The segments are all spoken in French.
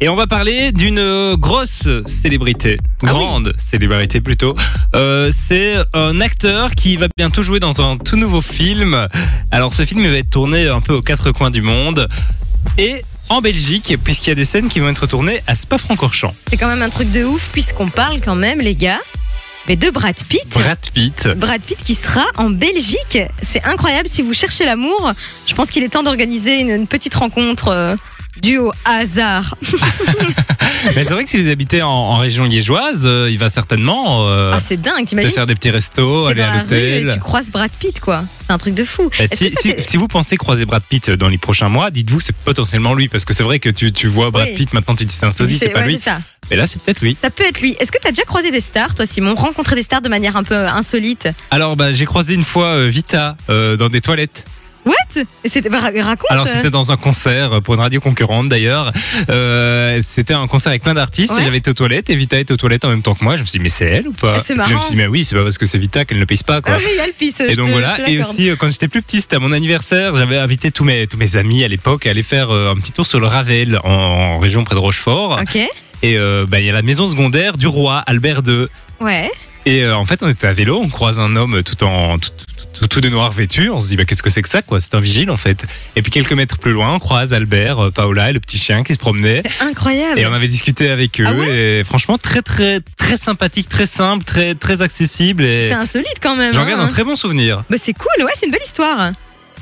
Et on va parler d'une euh, grosse célébrité, Ah grande célébrité plutôt. Euh, c'est un acteur qui va bientôt jouer dans un tout nouveau film. Alors ce film il va être tourné un peu aux quatre coins du monde et en Belgique, puisqu'il y a des scènes qui vont être tournées à Spa-Francorchamps. C'est quand même un truc de ouf puisqu'on parle quand même, les gars, mais de Brad Pitt. Brad Pitt. Brad Pitt qui sera en Belgique. C'est incroyable. Si vous cherchez l'amour, je pense qu'il est temps d'organiser une, une petite rencontre euh, due au hasard. Ah. Mais c'est vrai que si vous habitez en, en région liégeoise, euh, il va certainement euh, Ah, c'est dingue, se t'imagines faire des petits restos, T'es aller dans à la rue et tu l'hôtel. croises Brad Pitt, quoi. C'est un truc de fou. Eh, Est-ce Si, que ça, si- c'est- si vous pensez croiser Brad Pitt dans les prochains mois, dites-vous que c'est potentiellement lui, parce que c'est vrai que tu, tu vois Brad Oui. Pitt, maintenant tu dis c'est un sosie, c'est c'est- pas ouais, lui. c'est ça. Mais là, c'est peut-être lui. Ça peut être lui. Est-ce que t'as déjà croisé des stars, toi, Simon Rencontré des stars de manière un peu euh, insolite Alors, bah, j'ai croisé une fois euh, Vita euh, dans des toilettes. What Et c'était bah, ra- raconte. Alors, euh. c'était dans un concert euh, pour une radio concurrente d'ailleurs. Euh, c'était un concert avec plein d'artistes. Ouais. et J'avais été aux toilettes et Vita était aux toilettes en même temps que moi. Je me suis dit, mais c'est elle ou pas Ah, c'est Et Je me marrant. suis dit, mais oui, c'est pas parce que c'est Vita qu'elle ne paye pas quoi. Ah oui, elle pisse. Et donc voilà, et aussi euh, quand j'étais plus petit, c'était à mon anniversaire, j'avais invité tous mes, tous mes amis à l'époque à aller faire euh, un petit tour sur le Ravel en, en région près de Rochefort. Ok. Et euh, bah, il y a la maison secondaire du roi Albert II. Ouais. Et euh, en fait, on était à vélo, on croise un homme tout en tout, tout- tout- tout de noir vêtu, on se dit bah, qu'est-ce que c'est que ça quoi, c'est un vigile en fait. Et puis quelques mètres plus loin, on croise Albert, euh, Paola et le petit chien qui se promenait. Incroyable. Et on avait discuté avec eux Ah et franchement très très très sympathique, très simple, très très accessible et C'est insolite quand même. j'en hein. garde un très bon souvenir. Bah, c'est cool, ouais, c'est une belle histoire.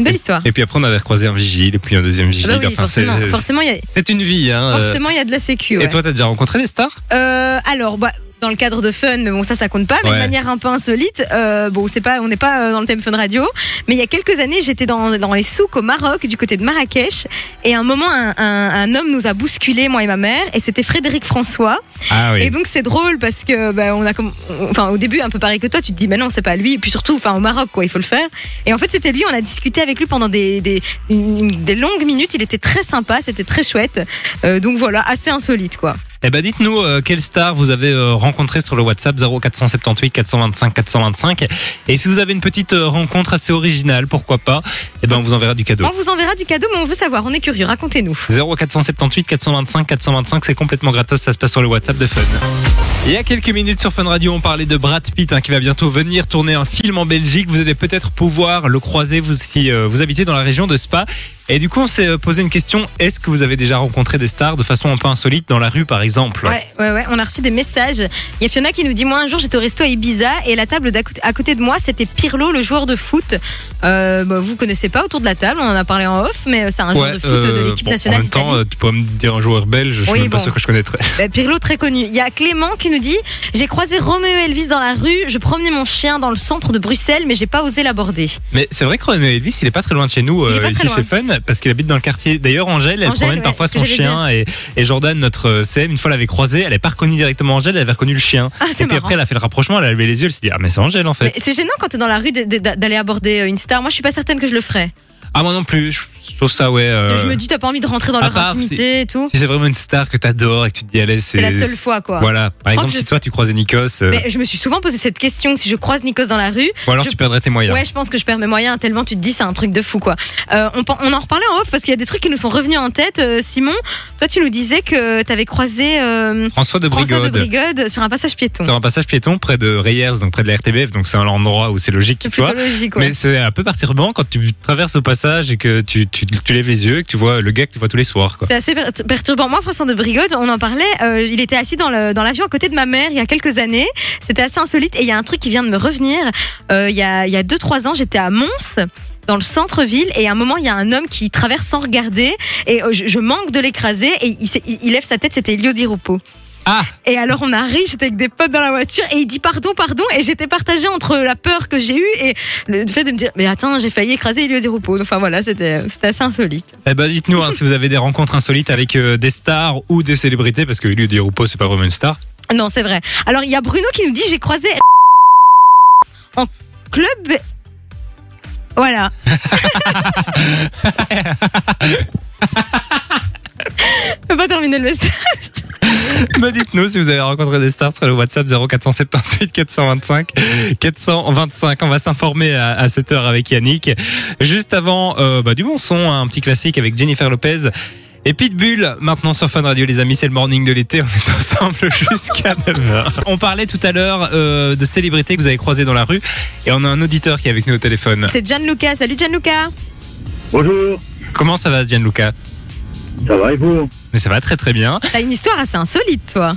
Une belle histoire. Et puis après, on avait croisé un vigile, et puis un deuxième vigile. Ah bah oui, Enfin, c'est- forcément, forcément, il y a, c'est une vie. Hein. euh. forcément, il y a de la sécu. ouais. Et toi, t'as déjà rencontré des stars Euh, alors, bah, dans le cadre de fun, mais bon, ça, ça compte pas, mais Ouais. de manière un peu insolite. Euh, bon, c'est pas, on n'est pas euh, dans le thème fun radio, mais il y a quelques années, j'étais dans, dans les souks au Maroc, du côté de Marrakech, et à un moment, un, un- un homme nous a bousculé, moi et ma mère, et c'était Frédéric François. Ah Et donc, c'est drôle parce que, bah, on a comme, on- enfin, au début, un peu pareil que toi, tu te dis, mais non, c'est pas lui, et puis surtout, enfin, au Maroc, quoi, il faut le faire. Et en fait, c'était lui, on a discuté avec lui pendant des, des, une- des longues minutes, il était très sympa, c'était très chouette. Euh, donc voilà, assez insolite, quoi. Eh ben, dites-nous euh, quelle star vous avez euh, rencontré sur le WhatsApp 0478 425 425. Et si vous avez une petite euh, rencontre assez originale, pourquoi pas Eh ben, on vous enverra du cadeau. On vous enverra du cadeau, mais on veut savoir, on est curieux, racontez-nous. 0478 425 425, c'est complètement gratos, ça se passe sur le WhatsApp de Fun. Il y a quelques minutes sur Fun Radio, on parlait de Brad Pitt hein, qui va bientôt venir tourner un film en Belgique. Vous allez peut-être pouvoir le croiser vous, si euh, vous habitez dans la région de Spa. Et du coup, on s'est euh, posé une question est-ce que vous avez déjà rencontré des stars de façon un peu insolite dans la rue, par exemple Ouais, ouais, ouais, on a reçu des messages. Il y a Fiona qui nous dit Moi, un jour, j'étais au resto à Ibiza et la table d'à côté- à côté de moi, c'était Pirlo, le joueur de foot. Euh, bah, vous connaissez pas autour de la table, on en a parlé en off, mais c'est un joueur Ouais, de foot de euh, l'équipe bon, nationale. En même temps, d'Italie. euh, tu peux me dire un joueur belge, je suis Oui, même pas bon. sûr que je connaîtrais. Bah, Pirlo, très connu. Il y a Clément qui nous dit J'ai croisé Roméo Elvis dans la rue, je promenais mon chien dans le centre de Bruxelles, mais j'ai pas osé l'aborder. Mais c'est vrai que Roméo Elvis, il est pas très loin de chez nous, Il est euh, pas ici très chez Fun, parce qu'il habite dans le quartier. D'ailleurs, Angèle, elle Angèle, promène ouais, parfois ce que son j'allais chien et, et Jordan, notre euh, CM, une fois l'avait croisée, elle n'avait pas reconnu directement Angèle, elle avait reconnu le chien. Ah, et c'est puis marrant. après, elle a fait le rapprochement, elle a levé les yeux, elle s'est dit, ah, mais c'est Angèle en fait. Mais C'est gênant quand t'es dans la rue d- d- d'aller aborder euh, une star. Moi, je suis pas certaine que je le ferais. Ah, moi non plus, je je trouve ça, ouais. euh, Je me dis T'as pas envie de rentrer dans à leur part intimité et tout. Si c'est vraiment une star que t'adores et que tu te dis, allez, c'est. C'est la seule fois, quoi. Voilà. Par Je crois exemple, que si je- toi, tu croisais Nikos, euh, Mais je me suis souvent posé cette question si je croise Nikos dans la rue. ou alors je- tu perdrais tes moyens. Ouais, je pense que je perds mes moyens tellement tu te dis c'est un truc de fou quoi. Euh, on, pen- on en reparlait en off parce qu'il y a des trucs qui nous sont revenus en tête. Euh, Simon, toi tu nous disais que t'avais croisé euh, François de François de Brigode. Brigode sur un passage piéton. sur un passage piéton près de Reyers, donc près de la RTBF, donc c'est un endroit où c'est logique qu'il C'est soit. plutôt logique. ouais. Mais c'est un peu perturbant quand tu traverses le passage et que tu, tu, tu lèves les yeux et que tu vois le gars que tu vois tous les soirs. Quoi. C'est assez per- perturbant. Moi, François de Brigode, on en parlait. euh, il était assis dans le- dans l'avion à côté de ma mère il y a quelques années. C'était assez insolite. Et il y a un truc qui vient de me revenir. Euh, il y a 2-3 ans, j'étais à Mons. Dans le centre-ville, et à un moment, il y a un homme qui traverse sans regarder, et euh, je, je manque de l'écraser, et il, s'est- il- il lève sa tête, c'était Elio Di Rupo. Ah Et alors on a ri, j'étais avec des potes dans la voiture et il dit pardon, pardon. Et j'étais partagée entre la peur que j'ai eue et le fait de me dire mais attends, j'ai failli écraser Elio Di Rupo. Enfin voilà, c'était c'était assez insolite. Eh ben dites-nous hein, si vous avez des rencontres insolites avec euh, des stars ou des célébrités, parce que lui, Di Rupo, c'est pas vraiment une star. Non, c'est vrai. Alors il y a Bruno qui nous dit j'ai croisé en club. Voilà. Je peux pas terminer le message. ben dites-nous si vous avez rencontré des stars sur le WhatsApp 0478 425 425. On va s'informer à, à 7 heure avec Yannick. Juste avant, euh, bah, du bon son, hein, un petit classique avec Jennifer Lopez. Et Pitbull, maintenant sur Fun Radio, les amis, c'est le morning de l'été. On est ensemble jusqu'à 9h. On parlait tout à l'heure euh, de célébrités que vous avez croisées dans la rue. Et on a un auditeur qui est avec nous au téléphone. C'est Gianluca. Salut Gianluca. Bonjour, Comment ça va, Gianluca ça va et vous Mais ça va très très bien. T'as une histoire assez insolite, toi.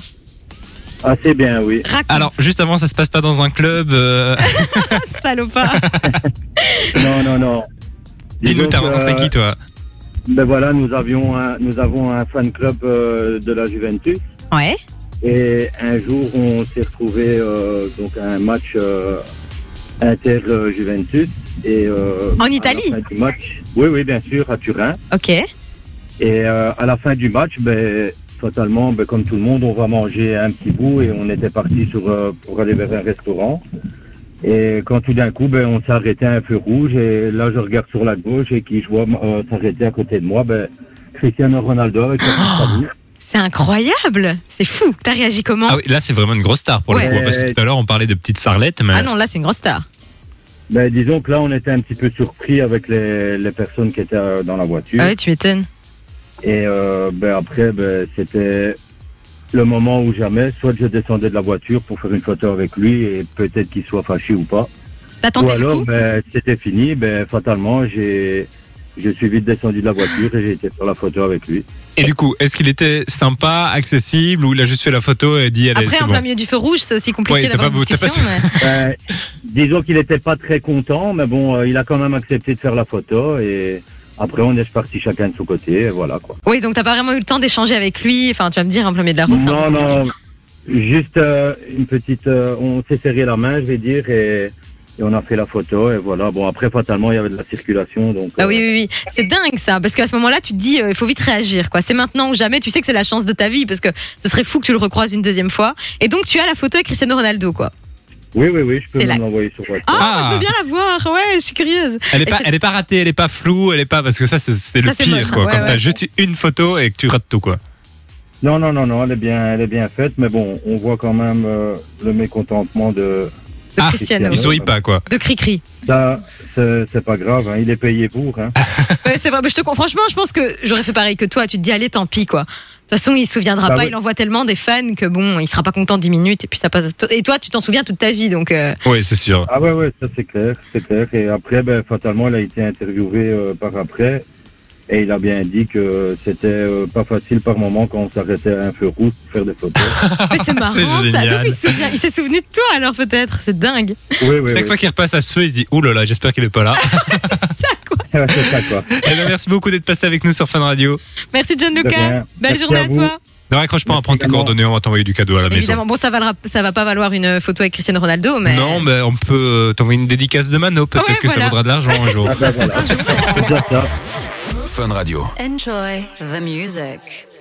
Assez bien, oui. Raconte, Alors, juste avant, ça se passe pas dans un club. euh, salopard. Non, non, non. Dis-nous, Disons t'as que, rencontré qui, toi Ben voilà, nous, avions un, nous avons un fan club euh, de la Juventus. Ouais. Et un jour, on s'est retrouvé euh, donc à un match euh, Inter-Juventus. Et, euh, En à la Italie fin du match, Oui, oui, bien sûr, à Turin. Ok. Et euh, à la fin du match, ben, totalement, ben, comme tout le monde, on va manger un petit bout et on était parti sur euh, pour aller vers un restaurant. Et quand tout d'un coup, ben, on s'est arrêté à un feu rouge et là, je regarde sur la gauche et qui je vois euh, s'arrêter à côté de moi, ben, Cristiano Ronaldo avec sa petite famille. C'est incroyable. C'est fou. T'as réagi comment Ah oui, là, c'est vraiment une grosse star pour Ouais. le coup. hein, Parce que tout à l'heure, on parlait de petites sarlettes, mais. Ah non, là, c'est une grosse star. Ben, disons que là, on était un petit peu surpris avec les, les personnes qui étaient euh, dans la voiture. Ah ouais, tu m'étonnes. Et euh, ben, après, ben, c'était le moment où jamais, soit je descendais de la voiture pour faire une photo avec lui et peut-être qu'il soit fâché ou pas. T'as Ou tenté le alors, coup ben, c'était fini. Ben, fatalement, j'ai, je suis vite descendu de la voiture et j'ai été sur la photo avec lui. Et du coup, est-ce qu'il était sympa, accessible, ou il a juste fait la photo et dit, allez, Après, c'est en bon plein milieu du feu rouge, c'est aussi compliqué Ouais, t'as d'avoir pas une beau- t'as pas discussion. mais- Ben, disons qu'il n'était pas très content, mais bon, euh, il a quand même accepté de faire la photo et après, on est parti chacun de son côté. Et voilà quoi. Oui, donc t'as pas vraiment eu le temps d'échanger avec lui. Enfin, tu vas me dire, en plein milieu de la route, c'est un non, peu compliqué. non, juste euh, une petite. euh, on s'est serré la main, je vais dire, et, et on a fait la photo. Et voilà. Bon, après, fatalement, il y avait de la circulation, donc. Ah euh, oui, oui, oui. C'est dingue ça, parce qu'à ce moment-là, tu te dis, euh, il faut vite réagir, quoi. C'est maintenant ou jamais, tu sais que c'est la chance de ta vie, parce que ce serait fou que tu le recroises une deuxième fois. Et donc, tu as la photo avec Cristiano Ronaldo, quoi. oui, oui, oui, je peux C'est vous la- l'envoyer sur WhatsApp. Ah, Ah. moi, je veux bien la voir, ouais, je suis curieuse. Elle est Et pas, c'est- elle est pas ratée, elle est pas floue, elle est pas parce que ça c'est- c'est le Ça, c'est pire moche, hein. quoi. Ouais, Quand ouais. t'as juste une photo et que tu rates tout quoi. Non, non, non, non, elle est bien, elle est bien faite, mais bon, on voit quand même euh, le mécontentement de. De Ah, Cristiano. Il sourit pas quoi. De Cricri. Ça, c'est c'est pas grave, hein, il est payé pour. Hein. Ouais, c'est vrai, mais je te comprends. Franchement, je pense que j'aurais fait pareil que toi. Tu te dis, allez, tant pis, quoi. De toute façon, il se souviendra Bah pas, oui. il envoie tellement des fans que bon, il sera pas content 10 minutes et puis ça passe. à sto- Et toi, tu t'en souviens toute ta vie, donc euh, Oui, c'est sûr. Ah ouais, ouais, ça c'est clair, c'est clair. Et après, ben, fatalement, il a été interviewé euh, par après, et il a bien dit que c'était euh, pas facile par moment quand on s'arrêtait à un feu rouge pour faire des photos. mais c'est marrant. ça. génial. Donc, il se souvient- il s'est souvenu de toi, alors peut-être. C'est dingue. oui, oui, Chaque oui. fois qu'il repasse à ce feu, il se dit Ouh là là, j'espère qu'il est pas là. c'est ça quoi. Eh ben, merci beaucoup d'être passé avec nous sur Fun Radio. Merci John De rien. Lucas. Belle Merci journée à à vous. toi. Ne raccroche pas, on va Merci prendre tes également. coordonnées, on va t'envoyer du cadeau à la maison. Évidemment, bon, ça valera, ça va pas valoir une photo avec Cristiano Ronaldo, mais. Non, mais on peut euh, t'envoyer une dédicace de Mano, peut-être Ouais, que ça voilà. vaudra de l'argent un jour. Ah ben voilà, c'est ça. Enjoy the music.